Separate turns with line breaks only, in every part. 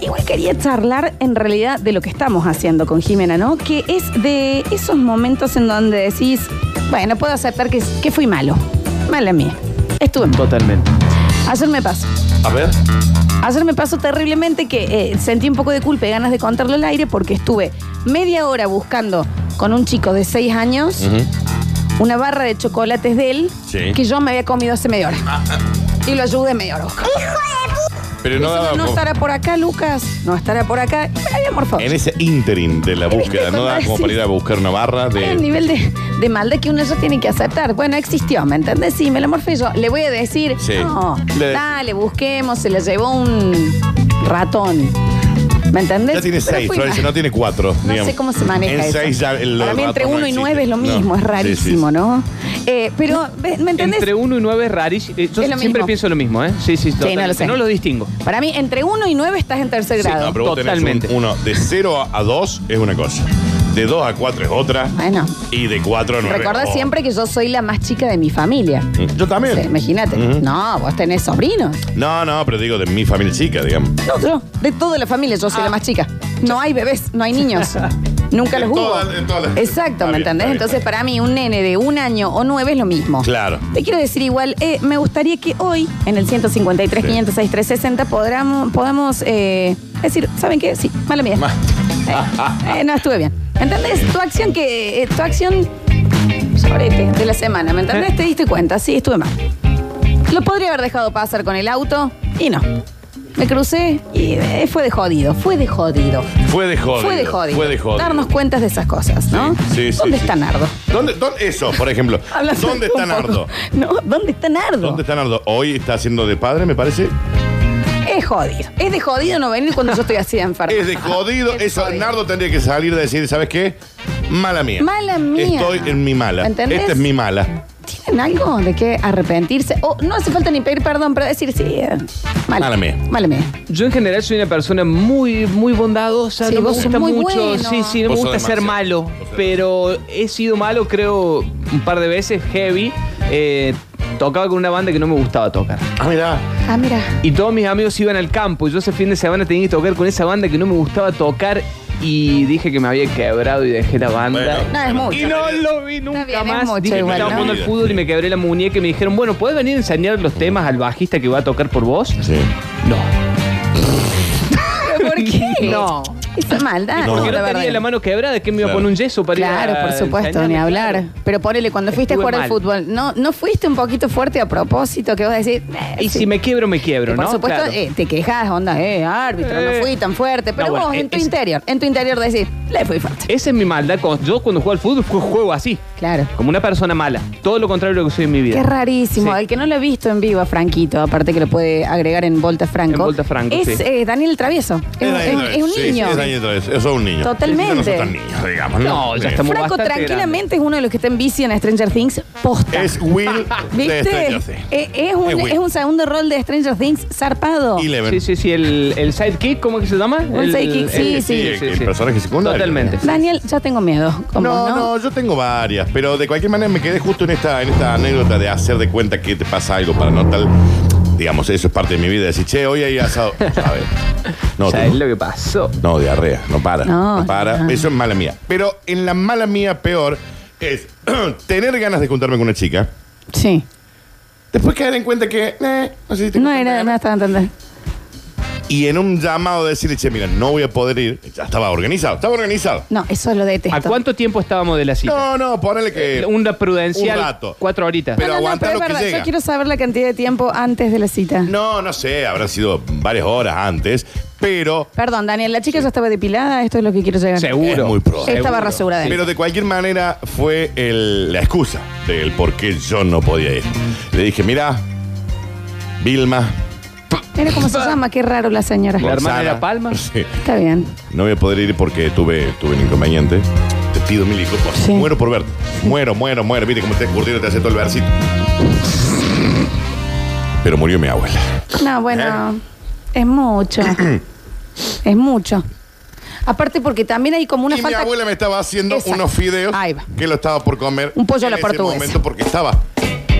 Hoy quería charlar en realidad de lo que estamos haciendo con Jimena, ¿no? Que es de esos momentos en donde decís, bueno, puedo aceptar que, que fui malo. Mala mía. Estuve mal.
Totalmente.
Ayer me pasó.
A ver.
Ayer me pasó terriblemente que eh, sentí un poco de culpa y ganas de contarlo al aire porque estuve media hora buscando con un chico de 6 años una barra de chocolates de él
Sí.
que yo me había comido hace media hora. Y lo ayudé media hora.
Pero no
Diciendo,
daba
no
como-
estará por acá, Lucas. No estará por acá. Y me la había morfado.
En ese interim de la búsqueda,
cuando
no daba como
decís-
para ir a buscar una barra
Hay un
de.
nivel de, de maldad que uno ya tiene que aceptar. Bueno, existió, ¿me entendés? Sí, me la morfé yo. Le voy a decir,
Sí.
no,
Le-
dale, busquemos, se la llevó un ratón. ¿Me entendés?
Ya tiene
Pero
seis,
fui
Florencia,
mal.
no tiene cuatro.
No sé cómo se maneja
en
eso.
Seis ya el
Para mí
rato
entre
no
uno y
existe.
nueve es lo mismo,
No.
es rarísimo,
Sí, sí,
¿no? Eh, pero, ve- ¿me entendés?
Entre 1 y 9 es rarísimo. Yo
Es lo
siempre
mismo.
pienso lo mismo, ¿eh? Sí, sí, totalmente.
no lo sé.
distingo.
Para mí, entre uno y nueve estás en tercer
Sí,
grado.
no, pero vos tenés
Totalmente.
un- uno de 0 a 2 es una cosa. De 2 a 4 es otra.
Bueno.
Y de 4 a 9.
Recuerda Ah, eh. siempre que yo soy la más chica de mi familia.
Yo también.
Sí, Imagínate.
Ujú.
No, vos tenés sobrinos.
No, no, pero digo de mi familia chica, digamos.
No, yo, de toda la familia, yo soy la más chica. No hay bebés, no hay niños. Nunca
En
los hubo.
todas- en todas las-
Exacto,
Está
¿me
bien,
entendés?
está bien,
Entonces,
está
para mí, un nene de un año o nueve es lo mismo.
Claro.
Te quiero decir igual, eh, me gustaría que hoy, en el 153,
Sí.
506, 360, podamos, podamos eh, decir, ¿saben qué? Sí, mala mía.
Ma-
Eh, eh, no estuve bien. ¿Entendés? Tu acción que. eh, tu acción. Sobrete, de la semana, ¿me entendés? Te diste cuenta, sí, estuve mal. Lo podría haber dejado pasar con el auto y no. Me crucé y eh, fue de jodido, fue de jodido.
Fue de jodido.
Fue de jodido.
Fue de jodido.
Darnos cuentas de esas cosas, ¿no?
Sí, sí,
¿Dónde
sí,
está
sí.
Nardo?
¿Dónde, dónde- eso, por ejemplo.
Hablando
¿Dónde
un
está
poco.
Nardo?
No, ¿dónde está Nardo?
¿Dónde está Nardo? Hoy está haciendo de padre, me parece.
Es jodido. Es de jodido no venir cuando yo estoy así de enfermo.
Es de jodido.
Es
Eso,
jodido.
Nardo tendría que salir a decir, ¿sabes qué? Mala mía.
Mala mía.
Estoy en mi mala.
¿Entendés?
Esta es mi mala.
¿Tienen algo de qué arrepentirse? O no hace falta ni pedir perdón, pero decir sí. eh, Mala,
Mala mía.
Mala mía.
Yo en general soy una persona muy, muy bondadosa.
Sí,
no me
vos sos
gusta
muy
mucho.
bueno.
Sí, sí, no me
Vos sos
gusta ser
demasiado.
malo.
Vos sos
Pero he sido malo, creo, un par de veces, heavy. Eh, tocaba con una banda que no me gustaba tocar.
Ah, mira.
Ah, mira.
Y todos mis amigos iban al campo. Y yo ese fin de semana tenía que tocar con esa banda que no me gustaba tocar. Y dije que me había quebrado y dejé la banda.
Bueno.
No, es mucho.
Y no lo vi nunca
bien, es
más.
mucho
Dije,
igual,
estaba
¿no?
jugando al fútbol y me quebré la muñeca y me dijeron, bueno, ¿puedes venir a enseñar los temas al bajista que va a tocar por vos?
Sí.
No.
¿Pero ¿Por qué?
No.
Esa maldad.
No,
Porque
la
no
verdad.
tenía la mano quebrada, que me iba a
Claro.
poner un yeso para ir a
Claro, por supuesto, ni
enseñarle?
hablar.
Claro.
Pero ponele, cuando fuiste a
Estuve
jugar al
mal.
fútbol, ¿no, ¿no fuiste un poquito fuerte a propósito que vos decís? eh,
Y
sí.
si me quiebro, me
Y
quiebro,
Por
¿no?
supuesto,
Claro.
eh, te quejas, onda, eh, árbitro,
Eh.
no fui tan fuerte. Pero
No, bueno,
vos, en
eh,
tu
es-
interior, en tu interior decís, le fui fuerte.
Esa es mi maldad. Cuando- Yo cuando juego al fútbol ju- juego así,
Claro.
como una persona mala. Todo lo contrario de lo que soy en mi vida.
Qué rarísimo. eh.
Sí.
El que no lo ha visto en vivo a Franquito, aparte que lo puede agregar en Volta Franco.
En Volta Franco,
Es
sí.
eh, Daniel Travieso. Es, un- es un- es un
Sí,
niño.
sí, es Daniel Travieso. Eso es un niño.
Totalmente.
No son tan niños, digamos.
No, ya estamos
Franco
bastante
tranquilamente es uno de los que está en bici en Stranger Things. Posta.
Es Will de
¿Viste?
Stranger Things.
Eh, es, un,
Es Will.
es un segundo rol de Stranger Things zarpado.
Eleven.
Sí, sí, sí. El, el sidekick, ¿cómo es que se llama?
Un sidekick, sí, sí.
el- el personaje secundario.
Totalmente.
Daniel, ya tengo miedo. Como,
No, no,
no,
yo tengo varias, pero de cualquier manera me quedé justo en esta, en esta anécdota de hacer de cuenta que te pasa algo para no tal. Digamos, eso es parte de mi vida. Decir, che, hoy hay asado. A ver. No,
O sea, es
tengo-
lo que pasó.
no, diarrea, no para.
No,
No, para.
no.
Eso es mala mía. Pero en la mala mía peor es tener ganas de juntarme con una chica.
Sí.
Después caer en cuenta que, eh, no sé si te
No
gusta
era,
nada.
no estaba entendiendo.
Y en un llamado decirle, che, mira, no voy a poder ir. Ya estaba organizado, estaba organizado.
No, eso lo detesto.
¿A cuánto tiempo estábamos de la cita?
No, no, ponele que.
Eh, Una prudencial.
Un rato.
Cuatro horitas.
Pero aguantá
es
lo que
verdad,
llega.
Yo quiero saber la cantidad de tiempo antes de la cita.
No, no sé, habrán sido varias horas antes, pero
Perdón, Daniel, la chica ya estaba depilada, esto es lo que quiero llegar.
Seguro.
Es muy probable.
Seguro.
Estaba rasurada.
Pero de cualquier manera fue el- la excusa del por qué yo no podía ir. Le dije, mira, Vilma,
Mira cómo se llama, qué raro la señora.
La hermana
Gonzala,
de la Palma.
sí,
Está bien.
no voy a poder ir porque tuve, tuve un inconveniente. Te pido mil disculpas.
Sí.
Muero por verte. Muero, muero, muero. Viste cómo te curtieron, te hace todo el versito. Pero murió mi abuela.
No,
Eh.
bueno, es mucho. es mucho. Aparte porque también hay como una
y
falta...
mi abuela me estaba haciendo
Exacto.
unos fideos
Ahí va.
que lo estaba por comer.
Un pollo a la
en
portuguesa.
ese momento porque estaba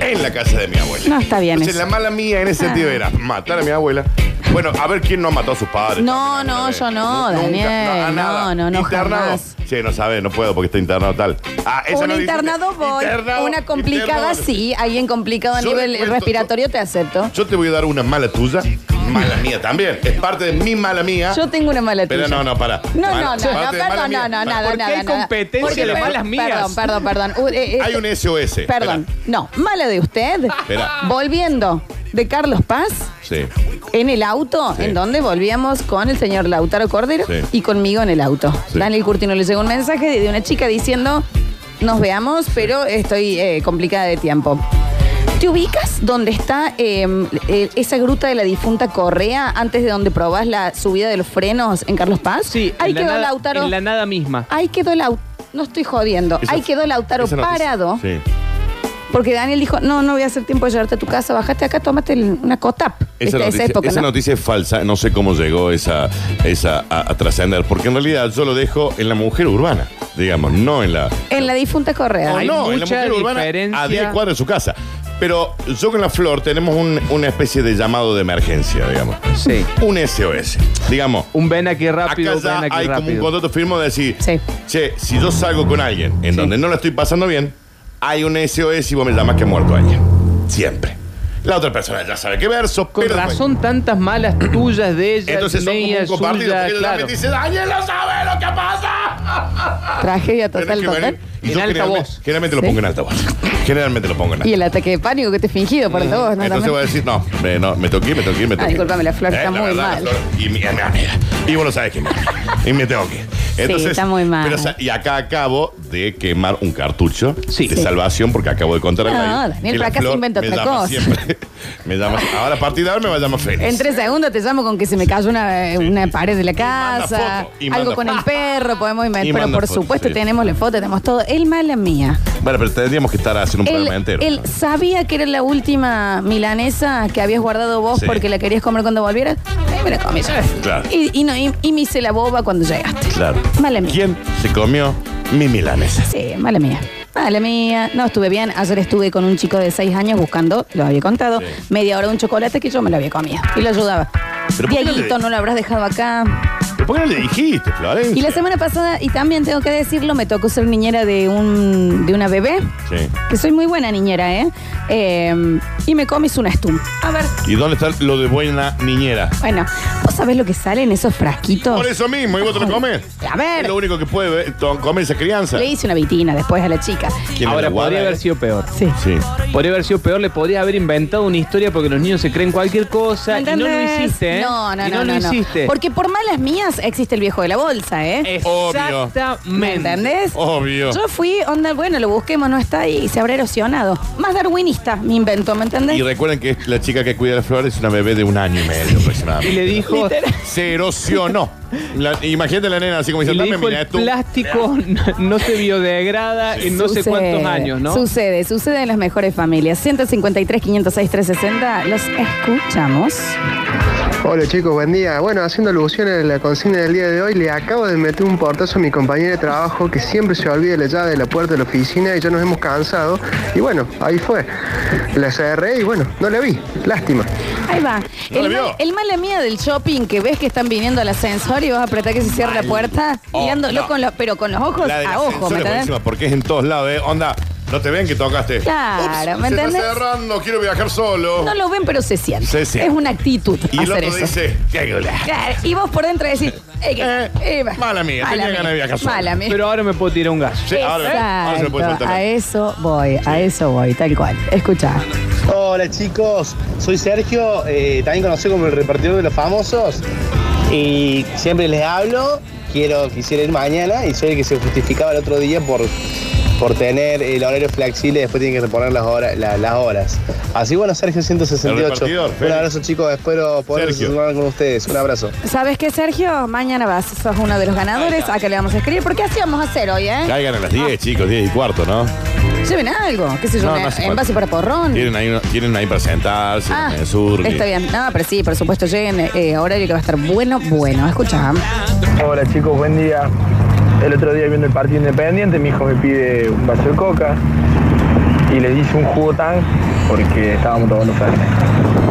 en la casa de mi abuela.
No está bien
Entonces,
eso. Ah.
la mala mía en ese sentido era matar a mi abuela, Bueno, a ver quién no mató a sus padres.
No,
También,
no,
a ver.
yo no,
Nunca,
Daniel.
a nada.
No, no, no,
¿Internado?
jamás.
Che, no sabe, no puedo porque está internado tal. Ah, esa
Un
no discute.
internado voy,
Internado,
una complicada
internado.
sí, alguien complicado a
Yo
nivel
le cuento-
respiratorio te acepto.
Yo te voy a dar una mala tuya, mala mía también. Es parte de mi mala mía.
Yo tengo una mala
Pero
tuya.
no, no, para.
No, no, no, no, perdón, no, no, nada,
¿Por qué
nada.
hay
nada.
competencia de
per-
malas mías?
Perdón, perdón, perdón. Uh, eh, eh,
Hay un SOS. espera.
Perdón, no, mala de usted.
Espera.
Volviendo de Carlos Paz
Sí.
en el auto,
Sí.
en donde volvíamos con el señor Lautaro Cordero
Sí.
y conmigo en el auto.
Sí.
Daniel Curtino le llegó un mensaje de una chica diciendo, nos veamos, pero estoy eh, complicada de tiempo. ¿Te ubicas donde está eh, eh, esa gruta de la difunta Correa antes de donde probás la subida de los frenos en Carlos Paz?
Sí,
ahí
en la
quedó
nada-
Lautaro. Ah.
En la nada misma.
Ahí quedó Lautaro. No estoy jodiendo.
Esa-
ahí quedó Lautaro
esa noticia.
parado.
Sí.
Porque Daniel dijo, no, no voy a hacer tiempo de llevarte a tu casa, bajate acá, tómate el- una cotap. Esta-
Esa,
esa
noticia,
época,
esa
¿no?
noticia es falsa, no sé cómo llegó esa, esa a, a trascender, porque en realidad yo lo dejo en la mujer urbana, digamos, no en la...
En la difunta Correa.
o
Hay
no, en la
mucha
mujer urbana a
diferencia.
10 cuadras de su casa. Pero yo con la flor tenemos un- una especie de llamado de emergencia, digamos.
Sí.
Un SOS, digamos.
Un ven aquí rápido,
Acá ya
ven aquí
hay como un
rápido.
contrato firmo de decir,
Sí.
che, si yo salgo con alguien en
Sí.
donde no la estoy pasando bien, hay un SOS y vos me llamas que ha muerto alguien. Siempre. La otra persona ya sabe qué verso,
Con
pero-
razón tantas malas tuyas de ella,
Entonces son como
mías,
un compartido.
suyas,
porque él
claro.
también dice, Daniel no sabe lo que pasa.
Tragedia total,
Tenés que
total.
venir. Y
En
yo
alta
generalmente-
voz.
Generalmente lo
Sí.
pongo en alta voz. Generalmente lo pongo en alta
Y el ataque de pánico que te he fingido por la voz, ¿no?
Mm, Entonces voy a
También.
decir, no, me, no, me toqué, me toqué, me toqué. Eh,
discúlpame, la flor está muy
la
mal.
flor y mi, es mi amiga. Y vos lo sabes que es mi amiga. Y me tengo que.
está muy mal.
pero, o sea, y acá acabo de quemar un cartucho
Sí.
de
Sí.
salvación porque acabo de contar
No,
acá.
Daniel,
que
pero
la
acá se
flor
inventa
me
otra
llama
cosa.
Siempre. me llama, ahora a partir de ahora me va a llamar Félix.
En tres segundos te llamo con que se me cayó una, una pared de la
manda
casa,
foto, y
algo
manda
con el
foto.
perro, podemos
Y
inventar. Pero
manda
por
foto,
supuesto
sí.
tenemos la foto, tenemos todo. El mala mía.
Bueno, pero tendríamos que estar haciendo un
Él,
programa entero.
él
¿no?
sabía que era la última milanesa que habías guardado vos
Sí.
porque la querías comer cuando volvieras. Ay, me la comí yo.
Claro.
Y, y no, y, y me hice la boba cuando llegaste.
Claro.
Mala mía.
¿Quién se comió mi milanesa?
Sí, mala mía. Mala mía. No, estuve bien. Ayer estuve con un chico de 6 años buscando, lo había contado,
Sí.
media hora de un chocolate que yo me lo había comido. Y lo ayudaba.
Pero ¿por qué no le-
Dieguito, no lo habrás dejado acá.
¿Pero ¿Por qué no le dijiste, Florencia?
Y la semana pasada, y también tengo que decirlo, me tocó ser niñera de, un, de una bebé.
Sí.
Que soy muy buena niñera, ¿eh? Eh, y me comes una estum. A ver.
¿Y dónde está lo de buena niñera?
Bueno, ¿vos sabés lo que sale en esos frasquitos?
Por eso mismo, ¿y vos te lo comes?
A ver.
Es lo único que puede ver- to- comer esa crianza.
Le hice una vitina después a la chica.
¿Quién
Ahora,
era la
podría
guada,
haber
eh?
sido peor.
Sí.
Sí.
Podría haber sido peor, le podría haber inventado una historia porque los niños se creen cualquier cosa. Y no lo
¿Entendés?
hiciste, ¿eh?
No, no,
Y
no,
lo
no, no.
hiciste.
Porque por malas mías existe el viejo de la bolsa, ¿eh?
Obvio.
¿Me
Exactamente.
entendés?
Obvio.
Yo fui, onda, bueno, lo busquemos, no está ahí, se habrá erosionado. Más darwinista, mi invento, ¿me entendés?
Y recuerden que la chica que cuida las flores es una bebé de un año y medio
Y
aproximadamente.
le dijo,
Literal.
Se erosionó. La- imagínate la nena así como
y
dice,
le
dame,
dijo
mira,
el
esto.
plástico no se biodegrada en no sé
Sucede,
cuántos años, ¿no?
Sucede, sucede en las mejores familias. 153, 506, 360, los escuchamos.
Hola chicos, buen día. Bueno, haciendo alusión a la consigna del día de hoy, le acabo de meter un portazo a mi compañera de trabajo que siempre se olvida la llave de la puerta de la oficina y ya nos hemos cansado. Y bueno, ahí fue. La cerré y bueno, no la vi. Lástima.
Ahí va.
No la
el,
vio.
mal, el mala mía del shopping que ves que están viniendo al ascensor y vas a apretar que se cierre la puerta,
Oh,
mirándolo
no.
con los, pero con los ojos
La del
a ojo,
ascensor
¿me
es
entendés?
buenísima porque es en todos lados, ¿eh? Onda, no te ven que tocaste.
Claro,
Ups,
¿me
se
entendés?
está cerrando, quiero viajar solo.
No lo ven, pero se siente.
Se siente.
Es una actitud
y el
hacer
otro
eso.
dice, qué gola.
Claro, y vos por dentro decís, eh, que-
Eh,
eh, va.
mala mía, tenía ganas de viajar solo.
Mala mía.
Pero ahora me puedo tirar un gas.
Sí, ahora, ¿eh? ahora se me puede
Exacto,
soltar.
a eso voy, a eso voy, tal cual. Escucha.
Hola chicos, soy Sergio, eh, también conocido como el repartidor de los famosos y siempre les hablo, quiero quisiera ir mañana y soy el que se justificaba el otro día por, por tener el horario flexible y después tienen que reponer las, horas la- las horas. Así bueno, Sergio
El
168.
repartidor,
Un
Félix.
abrazo chicos, espero poder
Sergio.
sumar con ustedes. Un abrazo.
¿Sabes qué, Sergio? Mañana vas, sos uno de los ganadores. Acá le vamos a escribir. ¿Por qué así vamos a hacer hoy, eh?
Caigan a las 10, chicos, 10 y cuarto, ¿no?
Ah. Lleven algo, qué sé yo,
No,
un
no hace falta.
envase para porrón.
Tienen ahí, tienen ahí para sentarse,
Ah,
en el sur.
está bien. No, pero sí, por supuesto, lleguen eh, horario que va a estar bueno, bueno. Escucha.
Hola chicos, buen día. El otro día viendo el partido independiente, mi hijo me pide un vaso de coca y le hice un jugo tan porque estábamos tomando fernet.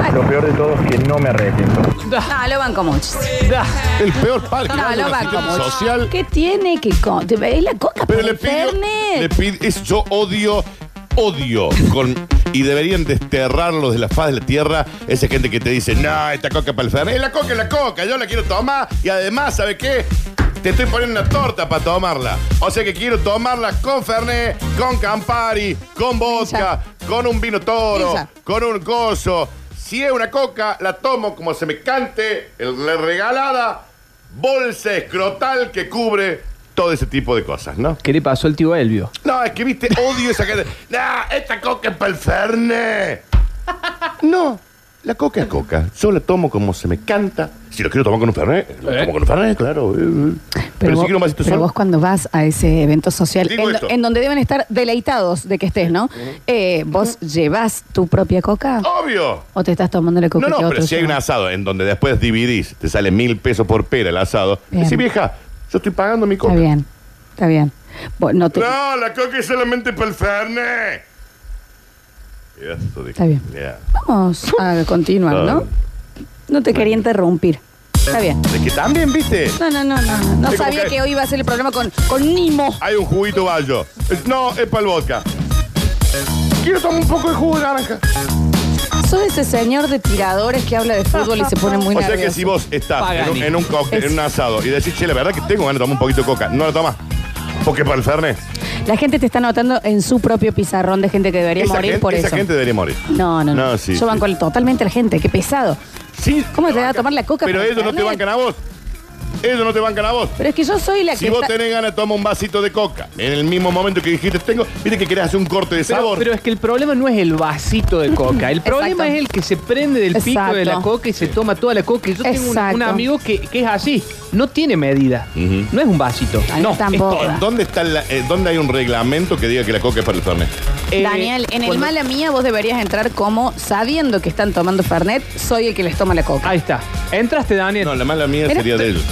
Ay,
Lo peor de todo es que no me arrepiento.
No, lo banco mucho.
El peor parque
No, lo
la
banco
asistente
mucho.
social.
¿Qué tiene que con- te- Es la coca,
Pero
por
le
el
pido,
Fernet.
le pido, es- yo odio, odio con y deberían desterrarlo de la faz de la tierra esa gente que te dice, no, esta coca es para el fernet, la coca es la coca, yo la quiero tomar y además, ¿sabe qué? Te estoy poniendo una torta para tomarla. O sea que quiero tomarla con Fernet, con Campari, con vodka, con un vino toro,
Esa.
con un coso. Si es una coca, la tomo como se me cante, el- la regalada bolsa escrotal que cubre todo ese tipo de cosas, ¿no?
¿Qué le pasó al tío Elvio?
No, es que viste, odio esa gente. Nah, esta coca es para el Fernet. No, la coca es coca. Yo la tomo como se me canta. Si lo quiero tomar con un Fernet, lo
¿Eh?
tomo con un Fernet, claro. eh, eh. Pero, si
vos,
quiero más
pero vos cuando vas a ese evento social,
Digo
en,
esto.
en donde deben estar deleitados de que estés, ¿no? Eh, ¿Vos llevas tu propia coca?
¡Obvio!
¿O te estás tomando la coca
No, no,
que
pero
otros
si hay un
llevan?
asado en donde después dividís, te sale mil pesos por pera el asado.
Bien.
Decís, vieja, yo estoy pagando mi coca.
Está bien, está bien. Vos no te-
No, la coca es solamente para el Fernet. Eso de-
Está bien.
Ya.
Vamos a continuar, ¿no? No te quería interrumpir. Está bien.
Es que también, viste,
No, no, no, no. No, No
Sí, como
sabía
que-
que hoy iba a ser el programa con, con Nimo.
hay un juguito bayo. Es- No, es para el vodka. Quiero tomar un poco de jugo de naranja.
Soy ese señor de tiradores que habla de fútbol y se pone muy
o sea
nervioso.
que si vos estás en un,
Pagani.
en, un cóctel,
Es-
en un asado y decís, che, la verdad que tengo ganas de tomar un poquito de coca, no la tomás. Porque para el Fernet,
La gente te está anotando en su propio pizarrón de gente que debería
esa,
morir
gente,
por
esa
eso.
gente debería morir.
No, no, no.
No, sí,
Yo banco el- totalmente a la gente, qué pesado.
Sí,
¿Cómo te
la
va a
banca-
tomar la coca
Pero
para el
ellos no te
Fernet?
bancan a vos. Ellos no te bancan a vos.
Pero es que yo soy la
Si
que.
vos
está-
tenés ganas, toma un vasito de coca. En el mismo momento que dijiste, tengo, viste que querés hacer un corte de
Pero,
sabor.
pero es que el problema no es el vasito de coca. El problema
Exacto.
es el que se prende del pico
Exacto.
de la coca y se toma toda la coca. Y Yo tengo un- un,
Exacto.
amigo que, que es así. No tiene medida. No es un vasito.
Ay,
No,
tampoco.
es todo.
¿Dónde, está la- eh, ¿Dónde hay un reglamento que diga que la coca es para el Fernet?
Eh,
Daniel, en el
cuando-
mala mía vos deberías entrar como sabiendo que están tomando Fernet, soy el que les toma la coca.
Ahí está. Entraste, Daniel.
No, la mala mía
Pero-
sería de ellos.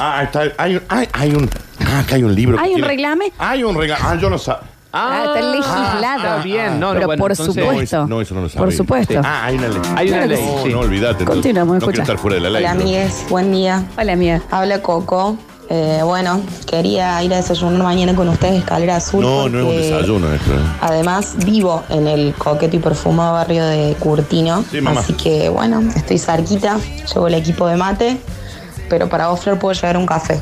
Ah, está, hay, un- hay, hay un. Ah, acá hay un libro. que
¿Hay un
tiene-
reglame?
Hay un reglame. Ah, yo no sabía.
Ah, está legislado.
está bien. No, no,
Pero
bueno,
por
entonces-
supuesto.
No, eso, no, eso no lo sabía.
Por supuesto.
Sí. Ah, hay una ley.
Hay una
Claro que
ley.
No,
sí.
no, olvídate.
Continuamos,
No quiero
escucha.
estar fuera de la ley.
Hola
pero-
amigues, buen día.
Hola, mía.
Habla Coco. Eh, bueno, quería ir a desayunar mañana con ustedes, Escalera Azul.
No, no es un
porque
desayuno esto. eh.
Además, vivo en el coqueto y perfumado barrio de Curtino.
Sí, mamá.
Así que, bueno, estoy cerquita. Llevo el equipo de mate. Pero para vos, Flor, puedo llevar un café.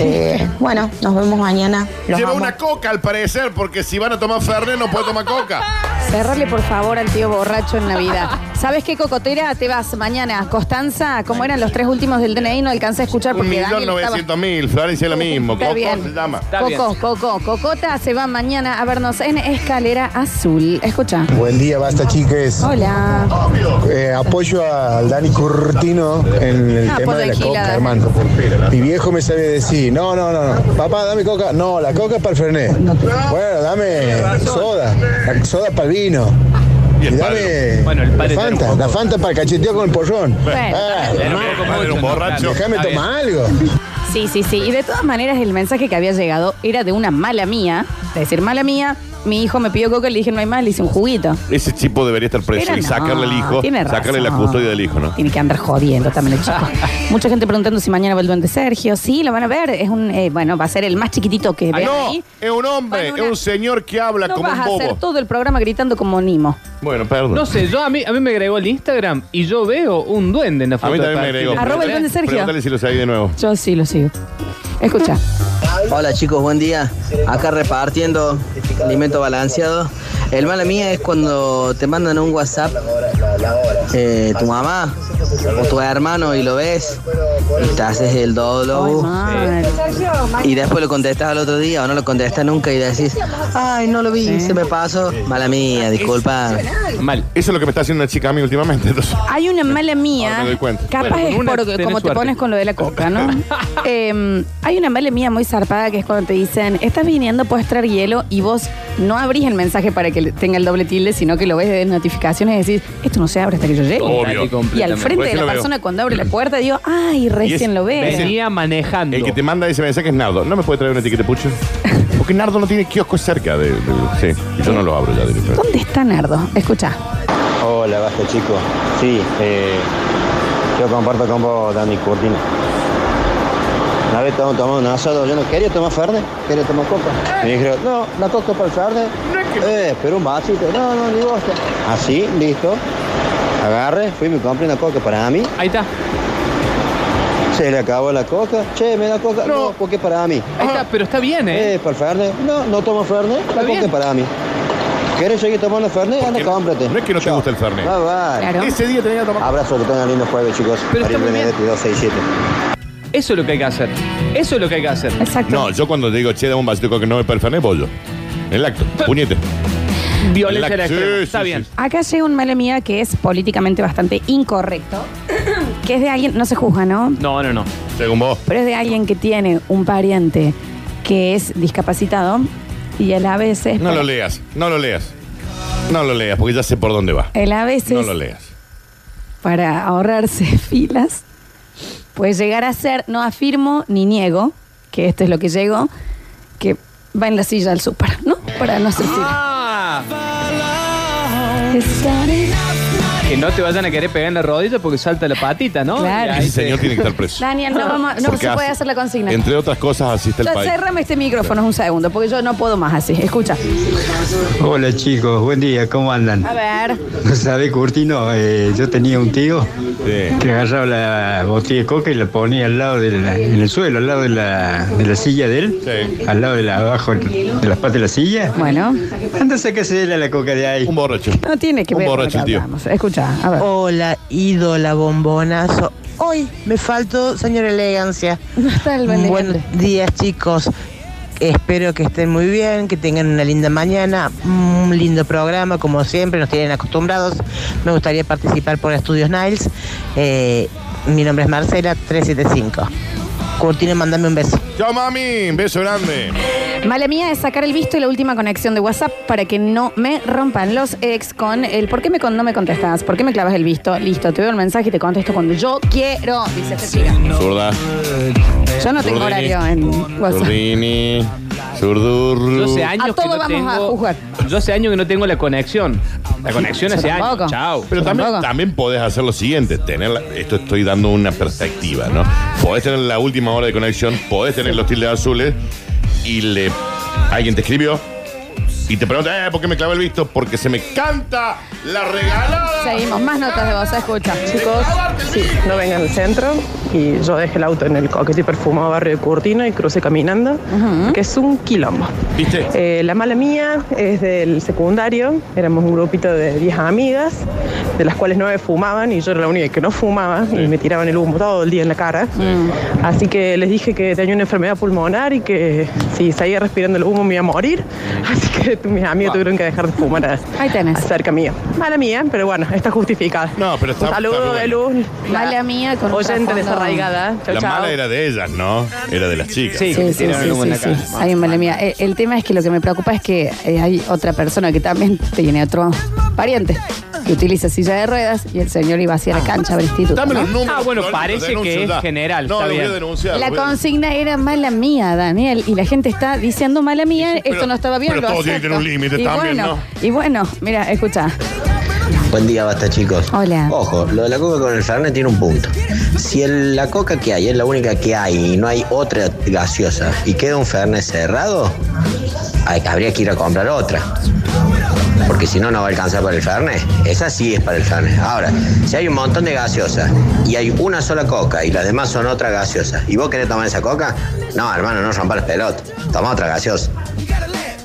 Eh, bueno, nos vemos mañana. Los
Lleva
amo.
una coca al parecer, porque si van a tomar Fernet no puede tomar coca.
Cerrarle por favor al tío borracho en Navidad. ¿Sabes qué, Cocotera? Te vas mañana. Costanza, como eran los tres últimos del DNI, no alcancé a escuchar
Un
porque
millón
Daniel estaba...
novecientos mil. Florencia lo mismo.
Está
Coco
bien.
se llama.
Está
Coco, Coco, Cocota se va mañana a vernos en Escalera Azul. Escucha.
Buen día, basta chiques.
Hola.
Eh, apoyo al Dani Curtino en el
Ah,
tema de la
apoyo a Gila.
coca, hermano. Mi viejo me sabe decir, no, no, no, no. papá, dame coca. No, la coca es para el Fernet. Bueno, dame soda, la soda para el vino.
Y
Y
el padre.
dame
Bueno, el
la
padre era un
Fanta,
poco-
la Fanta para el cacheteo con el porrón.
Bueno,
Eh,
Era un
Hermano,
poco
era un
mucho, ¿no?
borracho.
Claro.
déjame
Está bien.
tomar algo.
Sí, sí, sí. Y de todas maneras, el mensaje que había llegado era de una mala mía. Es decir, mala mía, mi hijo me pidió coca, le dije no hay más, le hice un juguito.
Ese tipo debería estar preso
Pero
y
no,
sacarle el hijo,
tiene
sacarle la
razón.
custodia del hijo, ¿no?
Tiene que andar jodiendo también el chico. Mucha gente preguntando si mañana va el duende Sergio. Sí, lo van a ver. Es un, eh, bueno, va a ser el más chiquitito que
Ah,
vean
no,
ahí.
es un hombre,
Bueno, una-
es un señor que habla
No
como
vas
un
a hacer
bobo.
todo el programa gritando como Nimo.
Bueno, perdón.
No sé, yo a mí, a mí me agregó el Instagram y yo veo un duende en la
A
foto.
mí
de
también me
perfil.
agregó.
Arroba el duende Sergio.
Pregúntale si lo sabía de nuevo.
Yo sí lo sigo. Escucha.
Hola chicos, buen día. Acá repartiendo alimento balanceado. El mala mía es cuando te mandan un WhatsApp eh, tu mamá o tu hermano y lo ves y te haces el
Ay,
dolo
mal.
y después lo contestas al otro día o no lo contestas nunca y decís, ay, no lo vi, se me pasó. Mala mía, disculpa.
Mal.
Eso es lo que me está haciendo una chica a mí últimamente. entonces-
Hay una mala mía.
Ahora me doy cuenta.
Capaz
Bueno, con una
es por
tenés
como te
suerte.
pones con lo de la coca, ¿no? Eh, hay una mala mía muy zarpada que es cuando te dicen, estás viniendo, puedes traer hielo y vos no abrís el mensaje para que le- tenga el doble tilde, sino que lo ves de notificaciones y decís, esto no se abre hasta que yo llegue.
Obvio.
Y al frente de la
Recién lo veo.
persona cuando abre la puerta digo, ay, recién lo ves.
Venía manejando.
El que te manda ese mensaje es Nardo. ¿No me puede traer un etiquete pucho? Porque Nardo no tiene kiosco cerca de, de- Sí, yo no lo abro ya directamente.
¿Dónde está Nardo? Escucha.
Hola, basta chico. Sí, eh, yo comparto con vos, Dani Curtino. Una vez estamos tomando un asado, yo no quería tomar Fernet, quería tomar coca. Me dijeron, no, la coca para el Fernet. Eh, pero un vasito, no, no, ni bosta. Así, listo. Agarre, fui, me compré una coca para mí.
Ahí está.
Se le acabó la coca. Che, me da coca. No, porque es para mí.
Ahí está, pero está bien, ¿eh?
Eh, para el Fernet. No, no tomo Fernet, la coca
bien.
es para mí. ¿Quieres seguir tomando Fernet? Anda,
Porque no-
cómprate.
no es que no te guste el Fernet.
Bye, bye.
Claro.
Ese día tenía que tomar.
Abrazo, que tengan lindo jueves, chicos.
Pero está muy bien.
Benedetti 267.
Eso es lo que hay que hacer. Eso es lo que hay que hacer.
Exacto.
No, yo cuando digo, che, dame un vasito de coca, no me perfané, bollo. En el acto. Puñete.
Violencia
La-
al
sí,
extremo.
sí,
Está
sí.
bien.
Acá llega un mala mía que es políticamente bastante incorrecto, que es de alguien, no se juzga, ¿no?
No, no, no.
Según vos.
Pero es de alguien que tiene un pariente que es discapacitado y él a veces...
No lo leas, no lo leas. No lo leas, porque ya sé por dónde va.
Él a veces...
No lo leas.
para ahorrarse filas, puede llegar a ser, no afirmo ni niego, que esto es lo que llegó, que va en la silla al súper, ¿no? Para no hacer fila.
Ah, que no te vayan a querer pegar en la rodilla porque salta la patita, ¿no?
Claro.
Y ahí
Ese
te-
señor tiene que estar preso.
Daniel, no, vamos, no
Porque
se puede
hace-
hacer la consigna.
Entre otras cosas, asiste el
Yo-
país.
Cérrame este micrófono un segundo, porque yo no puedo más así. Escucha.
Hola, chicos. Buen día. ¿Cómo andan?
A ver.
¿Sabe, Curtino? Eh, yo tenía un tío
Sí.
que agarraba la botella de coca y la ponía al lado de la- en el suelo, al lado de la, de la silla de él.
Sí.
Al lado de la, abajo de las patas de la silla.
Bueno,
Antes a que se dé la coca de ahí.
Un borracho.
no tiene que
Un
ver con lo
borracho el
que
tío.
hablamos. Escucha, a ver.
Oh.
Hola, ídola bombonazo. Hoy me faltó, señor Elegancia.
No está el valiente.
Buenos días, chicos. Espero que estén muy bien, que tengan una linda mañana, un lindo programa, como siempre, nos tienen acostumbrados. Me gustaría participar por Estudios Niles. Eh, mi nombre es Marcela 375. Curtino, mandame un beso.
Chao, mami. Un beso grande.
Mala mía es sacar el visto y la última conexión de WhatsApp para que no me rompan los ex con el ¿por qué me con- no me contestas? ¿Por qué me clavas el visto? Listo, te veo el mensaje y te contesto cuando yo quiero, dice esta chica.
Zurda.
Yo no tengo
Zurdini.
horario en WhatsApp.
Zurdini. Zurdur.
Yo hace años que
todo
no
vamos a
tengo-
juzgar.
Yo hace años que no tengo la conexión. La conexión
Yo
hace
tampoco.
años. Chao.
Pero
Yo
también,
tampoco.
también podés hacer lo siguiente, tener la- esto estoy dando una perspectiva, ¿no? Podés tener la última hora de conexión, podés tener los tildes azules y le alguien te escribió y te pregunta, eh, ¿por qué me clavé el visto? Porque se me canta la regalada.
Seguimos, más notas de voz, escucha.
Chicos, sí, no vengan al centro y yo dejé el auto en el coquete y perfumado barrio de Curtino y crucé caminando, que es un quilombo.
¿Viste?
Eh, la mala mía es del secundario, éramos un grupito de 10 amigas, de las cuales 9 fumaban y yo era la única que no fumaba y me tiraban el humo todo el día en la cara.
Mm,
Así que les dije que tenía una enfermedad pulmonar y que si seguía respirando el humo me iba a morir. Así que mis amigos tuvieron que dejar de fumar a-
Ahí tenés.
cerca mío. Mala mía, pero bueno, está justificada.
No, pero está-
Un saludo,
está muy
Belu. la
Mala mía con un
Oyente
trasfondo.
desarraigada. Chau,
La
chau.
mala era de ellas, ¿no? Era de las chicas.
Sí,
Sí,
que
sí,
tienen
sí,
algo en
sí,
la
sí.
cara.
Hay un mala mía. Eh, El, tema es que lo que me preocupa es que eh, hay otra persona que también tiene otro pariente que utiliza silla de ruedas y el señor iba hacia la cancha del instituto.
Dame
¿no?
los números.
Ah, bueno,
Flor,
parece
denuncio
que es general,
No,
está
lo voy a
bien.
denunciar.
La
lo voy a-
consigna era mala mía, Daniel, y la gente está diciendo mala mía,
Sí, sí,
esto
pero-
no estaba bien.
pero
lo
todo tiene que
acepto.
tener un límite
Y
también,
bueno, Y bueno, mira, escucha.
Buen día, basta chicos.
Hola.
Ojo, lo de la coca con el Fernet tiene un punto. Si el- la coca que hay es la única que hay y no hay otra gaseosa y queda un Fernet cerrado, hay- habría que ir a comprar otra. Porque si no, no va a alcanzar para el Fernet. Esa sí es para el Fernet. Ahora, si hay un montón de gaseosas y hay una sola coca y las demás son otra gaseosa, ¿y vos querés tomar esa coca? No, hermano, no rompa las pelotas. Toma otra gaseosa.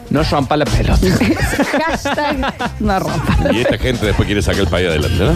No rompa la pelota.
Hashtag no rompa.
Y esta gente después quiere sacar el país adelante, ¿no?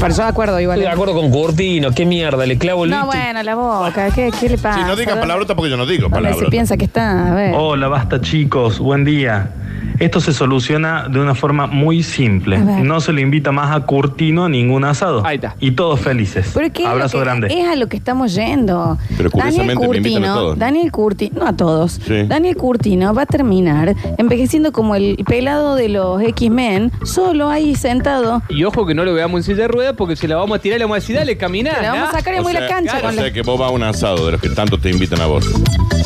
Pero yo de acuerdo igual.
Estoy de acuerdo con Curtino, qué mierda, le clavo el
No,
visto y-
bueno, la boca, ¿qué, qué le
Ah,
pasa?
Si no digan
¿Dónde-
palabrotas porque yo no digo
¿Dónde se
palabras.
piensa que está? A
Oh,
ver.
Hola, basta chicos, buen día. Esto se soluciona de una forma muy simple.
A ver.
No se le invita más a Curtino a ningún asado.
Ahí está.
Y todos felices.
Pero ¿qué es lo
Abrazo
que-
grande.
Es a lo que estamos yendo.
Pero
Daniel
curiosamente me invitan a
Curtino,
todos, ¿no?
Daniel Curtino, no a todos.
Sí.
Daniel Curtino va a terminar envejeciendo como el pelado de los X-Men, solo ahí sentado.
Y ojo que no lo veamos en silla de ruedas porque si la vamos a tirar, le vamos a decir, dale, caminá.
Le vamos a
¿no?
sacar y muy la cancha.
O
con la-
sea que vos vas a un asado de los que tanto te invitan a vos.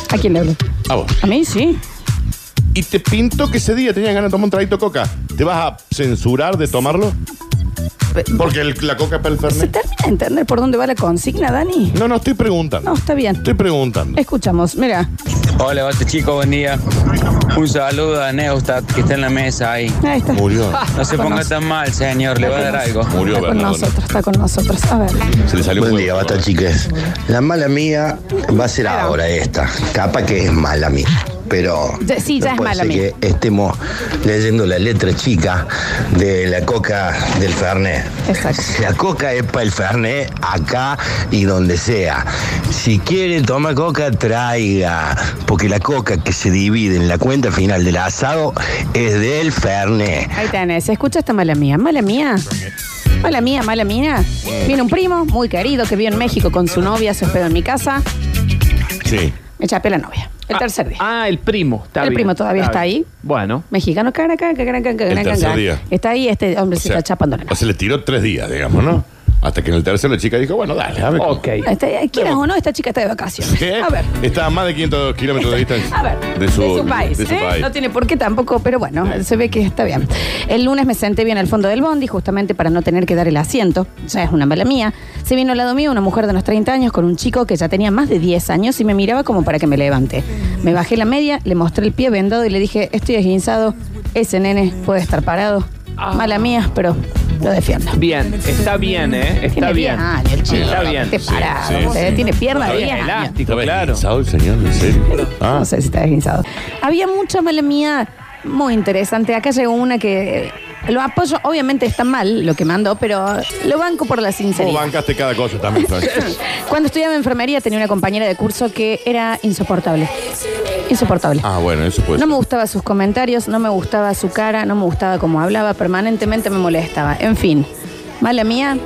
¿A quién le hablo?
A vos.
A mí sí.
Y te pintó que ese día tenías ganas de tomar un traguito de coca. ¿Te vas a censurar de tomarlo? Porque el- la coca es para el
¿Se
Fernet.
termina de entender por dónde va la consigna, Dani?
No, no, estoy preguntando.
No, está bien.
Estoy preguntando.
Escuchamos, mira.
Hola, basta chicos, buen día. Un saludo a Neustad que está en la mesa ahí.
Ahí está.
Murió.
No se ponga tan mal, señor, le va a dar algo.
Murió
Con nosotros, está con nosotros. A ver.
Buen día, basta chiques. La mala mía va a ser ahora esta. Capa que es mala mía. Pero
Ya- sí, ya es
puede
mala
ser
mía.
que estemos leyendo la letra chica de la coca del Fernet.
Exacto.
La coca es para el Fernet acá y donde sea. Si quiere tomar coca, traiga. Porque la coca que se divide en la cuenta final del asado es del Fernet.
Ahí tenés, escucha esta mala mía, mala mía. Mala mía, mala mía. Viene un primo muy querido que vive en México con su novia, se hospedó en mi casa.
Sí.
Me chapé la novia. El tercer día.
Ah, el primo. Está
El
bien,
primo todavía está
bien.
ahí.
Bueno.
Mexicano, cara, cara, cara, cara, cara,
El tercer
cara.
día.
Está ahí, este hombre
O
se
sea,
está chapando la
O sea, le tiró tres días, digamos, ¿no? Hasta que en el tercero la chica dijo, bueno, dale, a ver.
Ok.
novia. Este, quieras o no, esta chica está de vacaciones.
¿Qué?
A ver,
Está a más de 500 kilómetros de distancia.
a ver.
De su,
de su país.
de su
¿eh?
país.
No tiene por qué tampoco, pero bueno, se ve que está bien. El lunes me senté bien al fondo del bondi, justamente para no tener que dar el asiento. Ya es una mala mía. Se vino al lado mío una mujer de unos 30 años con un chico que ya tenía más de 10 años y me miraba como para que me levante. Me bajé la media, le mostré el pie vendado y le dije, estoy esguinzado, ese nene puede estar parado. Mala mía, pero lo defiendo.
Bien, está bien, ¿eh? Está
Tiene 10
bien.
años, el chico.
Está bien.
Te parado, o sea, tiene piernas
Está
de
bien,
10 años.
elástico, claro.
¿Sabe el señor? ¿En serio? Ah.
No sé si está deslizado. Había mucha mala mía muy interesante. Acá llegó una que eh, lo apoyo. Obviamente está mal lo que mandó, pero lo banco por la
¿Cómo
sinceridad.
bancaste cada cosa también, Frank?
Cuando estudiaba enfermería tenía una compañera de curso que era insoportable. Insoportable.
ah, bueno, eso puede
No
ser.
me gustaban sus comentarios, no me gustaba su cara, no me gustaba cómo hablaba, permanentemente me molestaba. En fin, mala mía,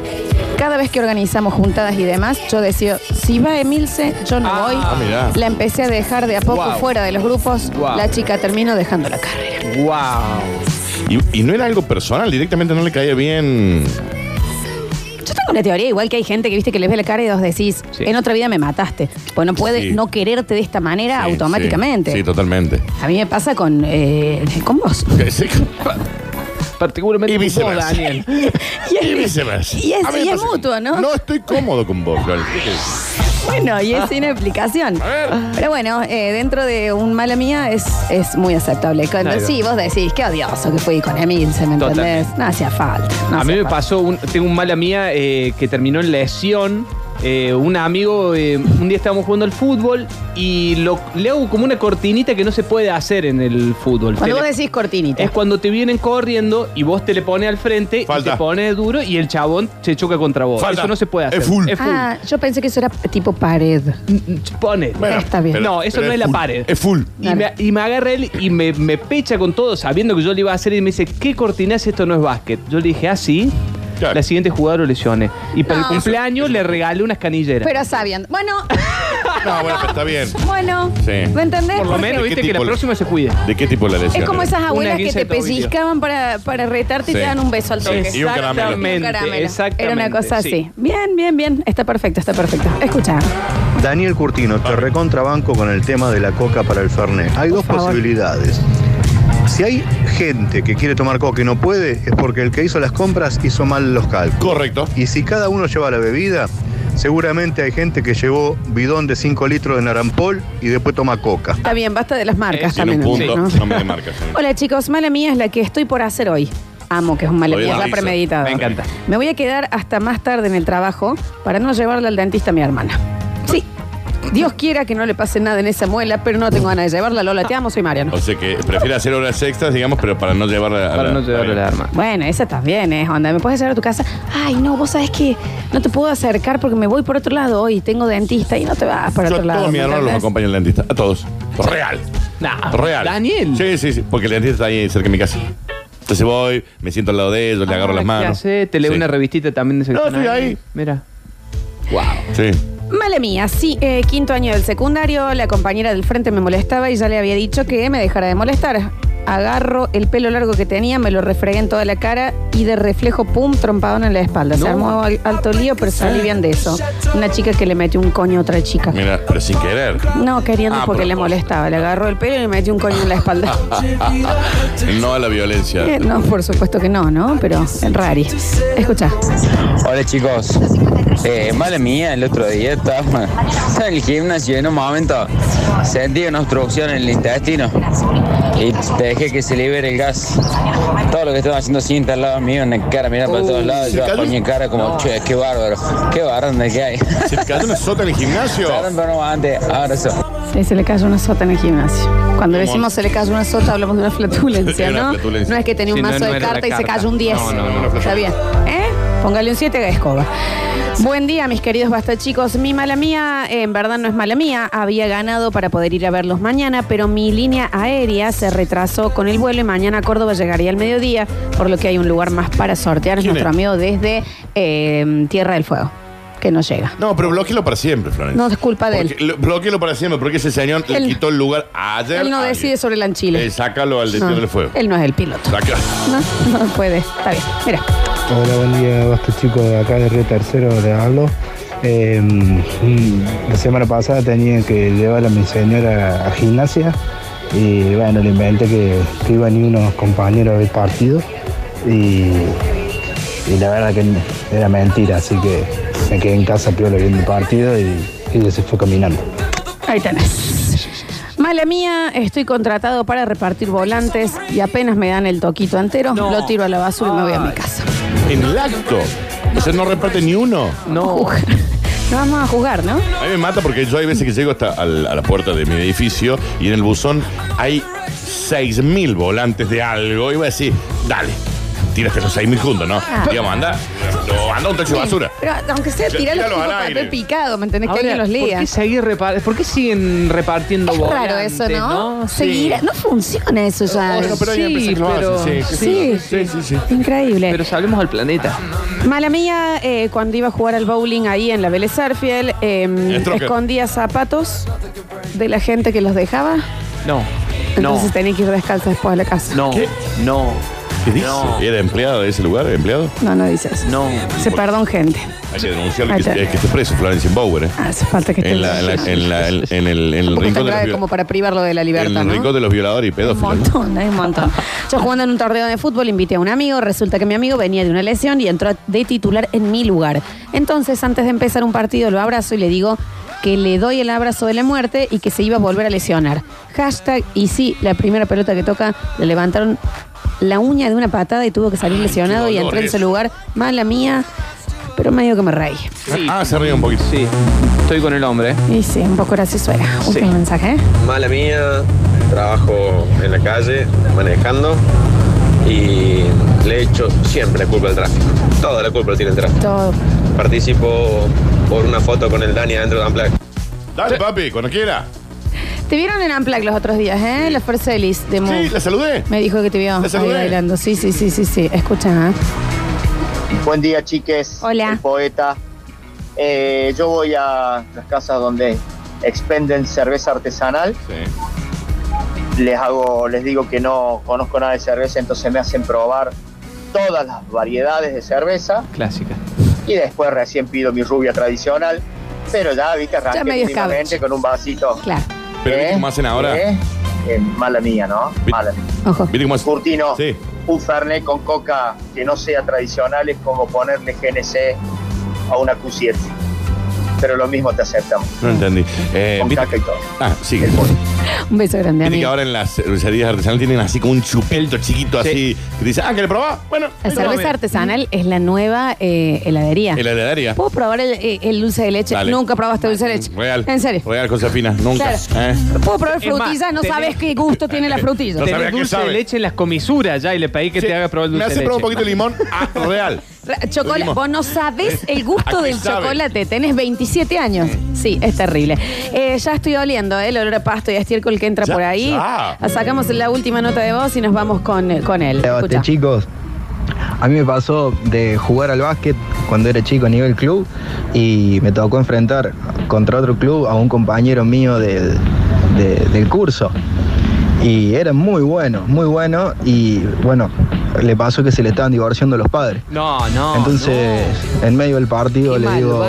cada vez que organizamos juntadas y demás, yo decía, si va Emilce, yo no voy.
mirá.
La empecé a dejar de a poco
Guau.
fuera de los grupos,
Guau.
la chica terminó dejando la carrera.
Wow. Y, y no era algo personal, directamente no le caía bien.
Yo tengo una teoría, igual que hay gente que viste que les ve la cara y dos decís, en otra vida me mataste. Pues no puede
Sí.
no quererte de esta manera Ah, automáticamente.
Sí, sí, totalmente.
A mí me pasa con, eh, con vos.
Particularmente
Y
con vos,
viceversa.
Daniel.
Y
Y
es,
viceversa.
y es-
A mí me
y es
pasa que-
mutuo, ¿no?
No estoy cómodo con vos, Flor.
Bueno, y es sin explicación. Pero bueno, eh, dentro de un mala mía es, es muy aceptable. Cuando
Claro.
sí, vos decís, qué odioso que fui con Emil, ¿se me entendés?
Totalmente.
No hacía falta. no
a mí
hacía
me
falta.
pasó, un- tengo un mala mía eh, que terminó en lesión. Eh, un amigo, eh, un día estábamos jugando al fútbol y lo, le hago como una cortinita que no se puede hacer en el fútbol.
Cuando vos
Te le-
decís cortinita.
es cuando te vienen corriendo y vos te le pones al frente
Falta.
y te pones duro y el chabón se choca contra vos.
Falta.
Eso no se puede hacer.
Es full.
Ah, yo pensé que eso era tipo pared.
Pone.
Bueno, Está bien.
pero-
no, eso
pero
no es, la
full,
pared.
Es full.
Y me, y me agarra él y me, me pecha con todo, sabiendo que yo le iba a hacer y me dice, ¿qué cortinas esto no es básquet? Yo le dije, ah, sí.
Claro.
La siguiente jugada lo lesioné. Y
No.
para el cumpleaños le regalé unas canilleras.
Pero sabiendo. Bueno,
No, bueno, pero está bien.
bueno.
Sí.
¿Me entendés?
Por lo
Porque
menos,
¿de qué
viste, que la
tipo?
próxima se cuide.
¿De qué tipo la lesión?
Es como
era?
esas abuelas que
guisa
te
de tobillo.
pellizcaban para, para retarte y
Sí.
te dan un beso al toque.
Sí, y un caramelo.
Y un caramelo.
Exactamente,
Era una
exactamente,
cosa
sí.
así. Bien, bien, bien. Está perfecto, está perfecto. Escucha.
Daniel Curtino, te recontrabanco con el tema de la coca para el Fernet. Hay dos posibilidades. Si hay gente que quiere tomar coca y no puede, es porque el que hizo las compras hizo mal los cálculos.
Correcto.
Y si cada uno lleva la bebida, seguramente hay gente que llevó bidón de 5 litros de narampol y después toma coca.
Está bien, basta de las marcas
Tiene
también.
un punto.
¿no?
No me marcas.
Hola chicos, mala mía es la que estoy por hacer hoy. Amo que es un mala
Hoy
mía, es
la
la
hizo.
premeditada.
Me encanta.
Me voy a quedar hasta más tarde en el trabajo para no llevarle al dentista a mi hermana. Sí. Dios quiera que no le pase nada en esa muela, pero no tengo ganas de llevarla. Lola, te amo, soy Mariano.
O sea que prefiere hacer horas extras, digamos, pero para no llevarla a la.
Para no llevarle la arma.
Bueno, esa también es onda. ¿Me puedes llevar a tu casa? Ay, no, vos sabés que no te puedo acercar porque me voy por otro lado hoy. Tengo dentista y no te vas para
Yo
otro
a
lado.
todos
¿me
mis hermanos
entendés?
los
Ah,
acompaña el dentista. A todos. Real.
Nah,
Real.
Daniel.
Sí, sí, sí. Porque el dentista está ahí cerca de mi casa. Entonces voy, me siento al lado de ellos, le agarro
Ah,
las
¿qué
manos.
hace? Te leo
Sí.
una revistita también de
No,
sección
estoy ahí.
Mira.
Sí.
Mala mía, sí, eh, quinto año del secundario, la compañera del frente me molestaba y ya le había dicho que me dejara de molestar. agarro el pelo largo que tenía, me lo refregué en toda la cara y de reflejo, pum, trompadón en la espalda. Se
No.
armó al- alto lío, pero salí bien de eso. Una chica que le metió un coño a otra chica.
Mira, pero sin querer.
No, queriendo
Ah,
porque le molestaba. Le agarró el pelo y le metió un coño en la espalda.
ah, no a la violencia.
Eh, no, por supuesto que no, ¿no? Pero es rari. Escucha.
Hola chicos, eh, mala mía, el otro día estaba estaba en el gimnasio y en un momento sentí una obstrucción en el intestino y dejé que se libere el gas. Todo lo que estaba haciendo cinta al lado mío, en la cara, mirando para todos lados,
¿se
yo
cayó?
ponía en cara como, che, qué bárbaro, qué bárbaro que hay.
¿Se cayó una sota en el gimnasio?
antes, abrazo.
Sí, se le cayó una sota en el gimnasio. Cuando
¿Cómo?
decimos se le cayó una sota, hablamos de una flatulencia,
Una
¿no?
flatulencia.
No es que tenía un
Sí, no,
mazo
no
de
era la
carta y se
carta.
cayó un 10.
No, no, no, una
Está bien. ¿Eh? Póngale un 7 a escoba. Buen día, mis queridos basta chicos. Mi mala mía, eh, en verdad no es mala mía, había ganado para poder ir a verlos mañana, pero mi línea aérea se retrasó con el vuelo y mañana a Córdoba llegaría al mediodía, por lo que hay un lugar más para sortear. Es
¿Quién
nuestro
es?
amigo desde eh, Tierra del Fuego, que no llega.
No, pero bloqueelo para siempre, Florencia.
No es culpa de él.
Porque- lo- bloqueelo para siempre, porque ese señor
Él-
le quitó el lugar ayer.
Él no
a-
decide sobre el anchile.
eh, sácalo al destino
No,
del fuego.
Él no es el piloto.
Saca-
No, no puede. Está bien. Mira.
Hola, buen día, basta chicos, de acá de Río Tercero les hablo. Eh, mm, la semana pasada tenía que llevar a mi señora a gimnasia y bueno, le inventé que, que iban a ir unos compañeros del partido y, y la verdad que era mentira, así que me quedé en casa piola viendo el partido y, y ella se fue caminando.
Ahí tenés. Mala mía, estoy contratado para repartir volantes y apenas me dan el toquito entero, lo tiro a la basura y me voy a mi casa.
En el acto. O sea, no reparte ni uno.
No. No vamos a jugar, ¿no?
A mí me mata porque yo hay veces que llego hasta al- a la puerta de mi edificio y en el buzón hay 6.000 volantes de algo. Y voy a decir, dale, tiraste esos 6.000 juntos, ¿no?
Ah.
Digamos, anda, lo- anda un tacho de basura.
Pero aunque sea
Ya,
tirar los
tíralo
tipos
al
papel
aire.
picado, ¿me entendés? que
Ahora,
alguien los
¿por
lía.
qué, seguir repar- ¿Por qué siguen repartiendo
Es raro
volantes,
eso, ¿no?
Sí.
Seguir, no funciona eso ya.
Bueno, pero hay empresas que lo hacen, sí,
sí,
sí,
sí, Increíble.
Pero salvemos al planeta.
Mala mía, eh, cuando iba a jugar al bowling ahí en la Vélez Sarfiel,
Stroker.
escondía zapatos de la gente que los dejaba.
No.
Entonces tenía que ir descalza después a la casa.
No. No.
¿Qué dice? ¿Era empleado de ese lugar? ¿Empleado?
No, no dice eso.
No.
Se perdón, gente.
Hay que denunciarlo
Ahí
que,
está.
que esté preso Florencia Bauer, ¿eh?
Hace falta que esté
En, la- en la- en la- en el, en el
Tampoco es tan
rincón de los
grave
viol-
como para privarlo de la
en
libertad,
el
¿no?
rincón de los violadores y
Un
pedófilos. ¿no?
montón, hay un montón. Yo jugando en un torneo de fútbol invité a un amigo, resulta que mi amigo venía de una lesión y entró de titular en mi lugar. Entonces, antes de empezar un partido, lo abrazo y le digo que le doy el abrazo de la muerte y que se iba a volver a lesionar. Hashtag, y sí, la primera pelota que toca, le levantaron la uña de una patada y tuvo que salir lesionado y
dolor
entró en
eso.
ese lugar. Mala mía, pero medio que me reí.
Ah,
se ríe un poquito.
Sí. Estoy con el hombre. ¿eh?
Y sí, un poco gracioso era. Último mensaje, ¿eh?
Mala mía, trabajo en la calle, manejando y le echo siempre la culpa al tráfico. Toda la culpa tiene el tráfico.
Todo.
Participo por una foto con el Dani adentro de Amplac.
Dale, papi, cuando quiera.
Te vieron en Amplac los otros días, ¿eh? La Fuerza Elis de Move.
Sí, la saludé.
Me dijo que te vio
La
ahí
saludé.
bailando. Sí, sí, sí, sí, sí. Escucha, ¿eh?
Buen día, chiques. Hola. El poeta. Eh, yo voy a las casas donde expenden cerveza artesanal. Les hago, les digo que no conozco nada de cerveza, entonces me hacen probar todas las variedades de cerveza
Clásica.
y después recién pido mi rubia tradicional. Pero ya, viste, arranqué
medio
mínimamente con un vasito. ¿Eh?
Claro.
Pero ¿viste cómo hacen ahora?
mala mía, ¿no? Mala mía.
Ojo.
¿Viste cómo hacen?
Curtino,
Sí.
un Fernet con coca que no sea tradicional es como ponerle GNC a una Q7. Pero lo mismo te aceptamos.
No entendí. Eh,
Con
¿viste?
caca y todo.
Ah, sigue.
Un beso grande,
Viste que
amigo.
ahora en las cervecerías artesanales tienen así como un chupelto chiquito así. Que dice, ah, ¿querés probar? Bueno,
La cerveza artesanal es la nueva eh, heladería.
el heladería.
¿Puedo probar el, eh, el dulce de leche?
Dale.
Nunca probaste dulce de leche.
Real.
¿En serio?
Real, Josefina. Nunca.
Claro.
¿eh?
¿Puedo probar
Es más,
frutillas? No
tenés-
sabes qué gusto tiene la frutilla.
Tenés dulce de leche en las comisuras ya y le pedí que
Sí.
te haga probar el
Me
dulce de
hace
leche.
probar un poquito de limón. Ah, real.
Ra- Chocolate,
Limón.
vos no sabés el gusto
Aquí
del
sabe.
chocolate, tenés 27 años. Sí, es terrible. Eh, ya estoy oliendo eh, el olor a pasto y a estiércol que entra
Ya,
por ahí.
ya.
Sacamos la última nota de voz y nos vamos con, eh, con él.
Levante,
Escucha.
chicos. A mí me pasó de jugar al básquet cuando era chico a nivel club y me tocó enfrentar contra otro club a un compañero mío del, de- del curso. Y era muy bueno, muy bueno. Y bueno, le pasó que se le estaban divorciando los padres.
No, no.
Entonces, en medio del partido le digo,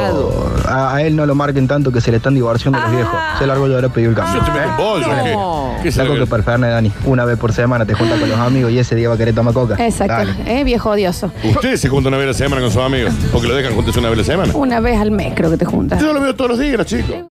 a, a él no lo marquen tanto que se le están divorciando los viejos. Se largo yo ahora pedí el cambio.
¿Qué es
La coca perferne, Dani. Una vez por semana te juntas con los amigos y ese día va a querer tomar coca.
Exacto,
Dale.
eh, viejo odioso.
Ustedes se juntan una vez a la semana con sus amigos, porque lo dejan juntos una vez a la semana.
Una vez al mes creo que te juntas.
Yo lo veo todos los días, chicos.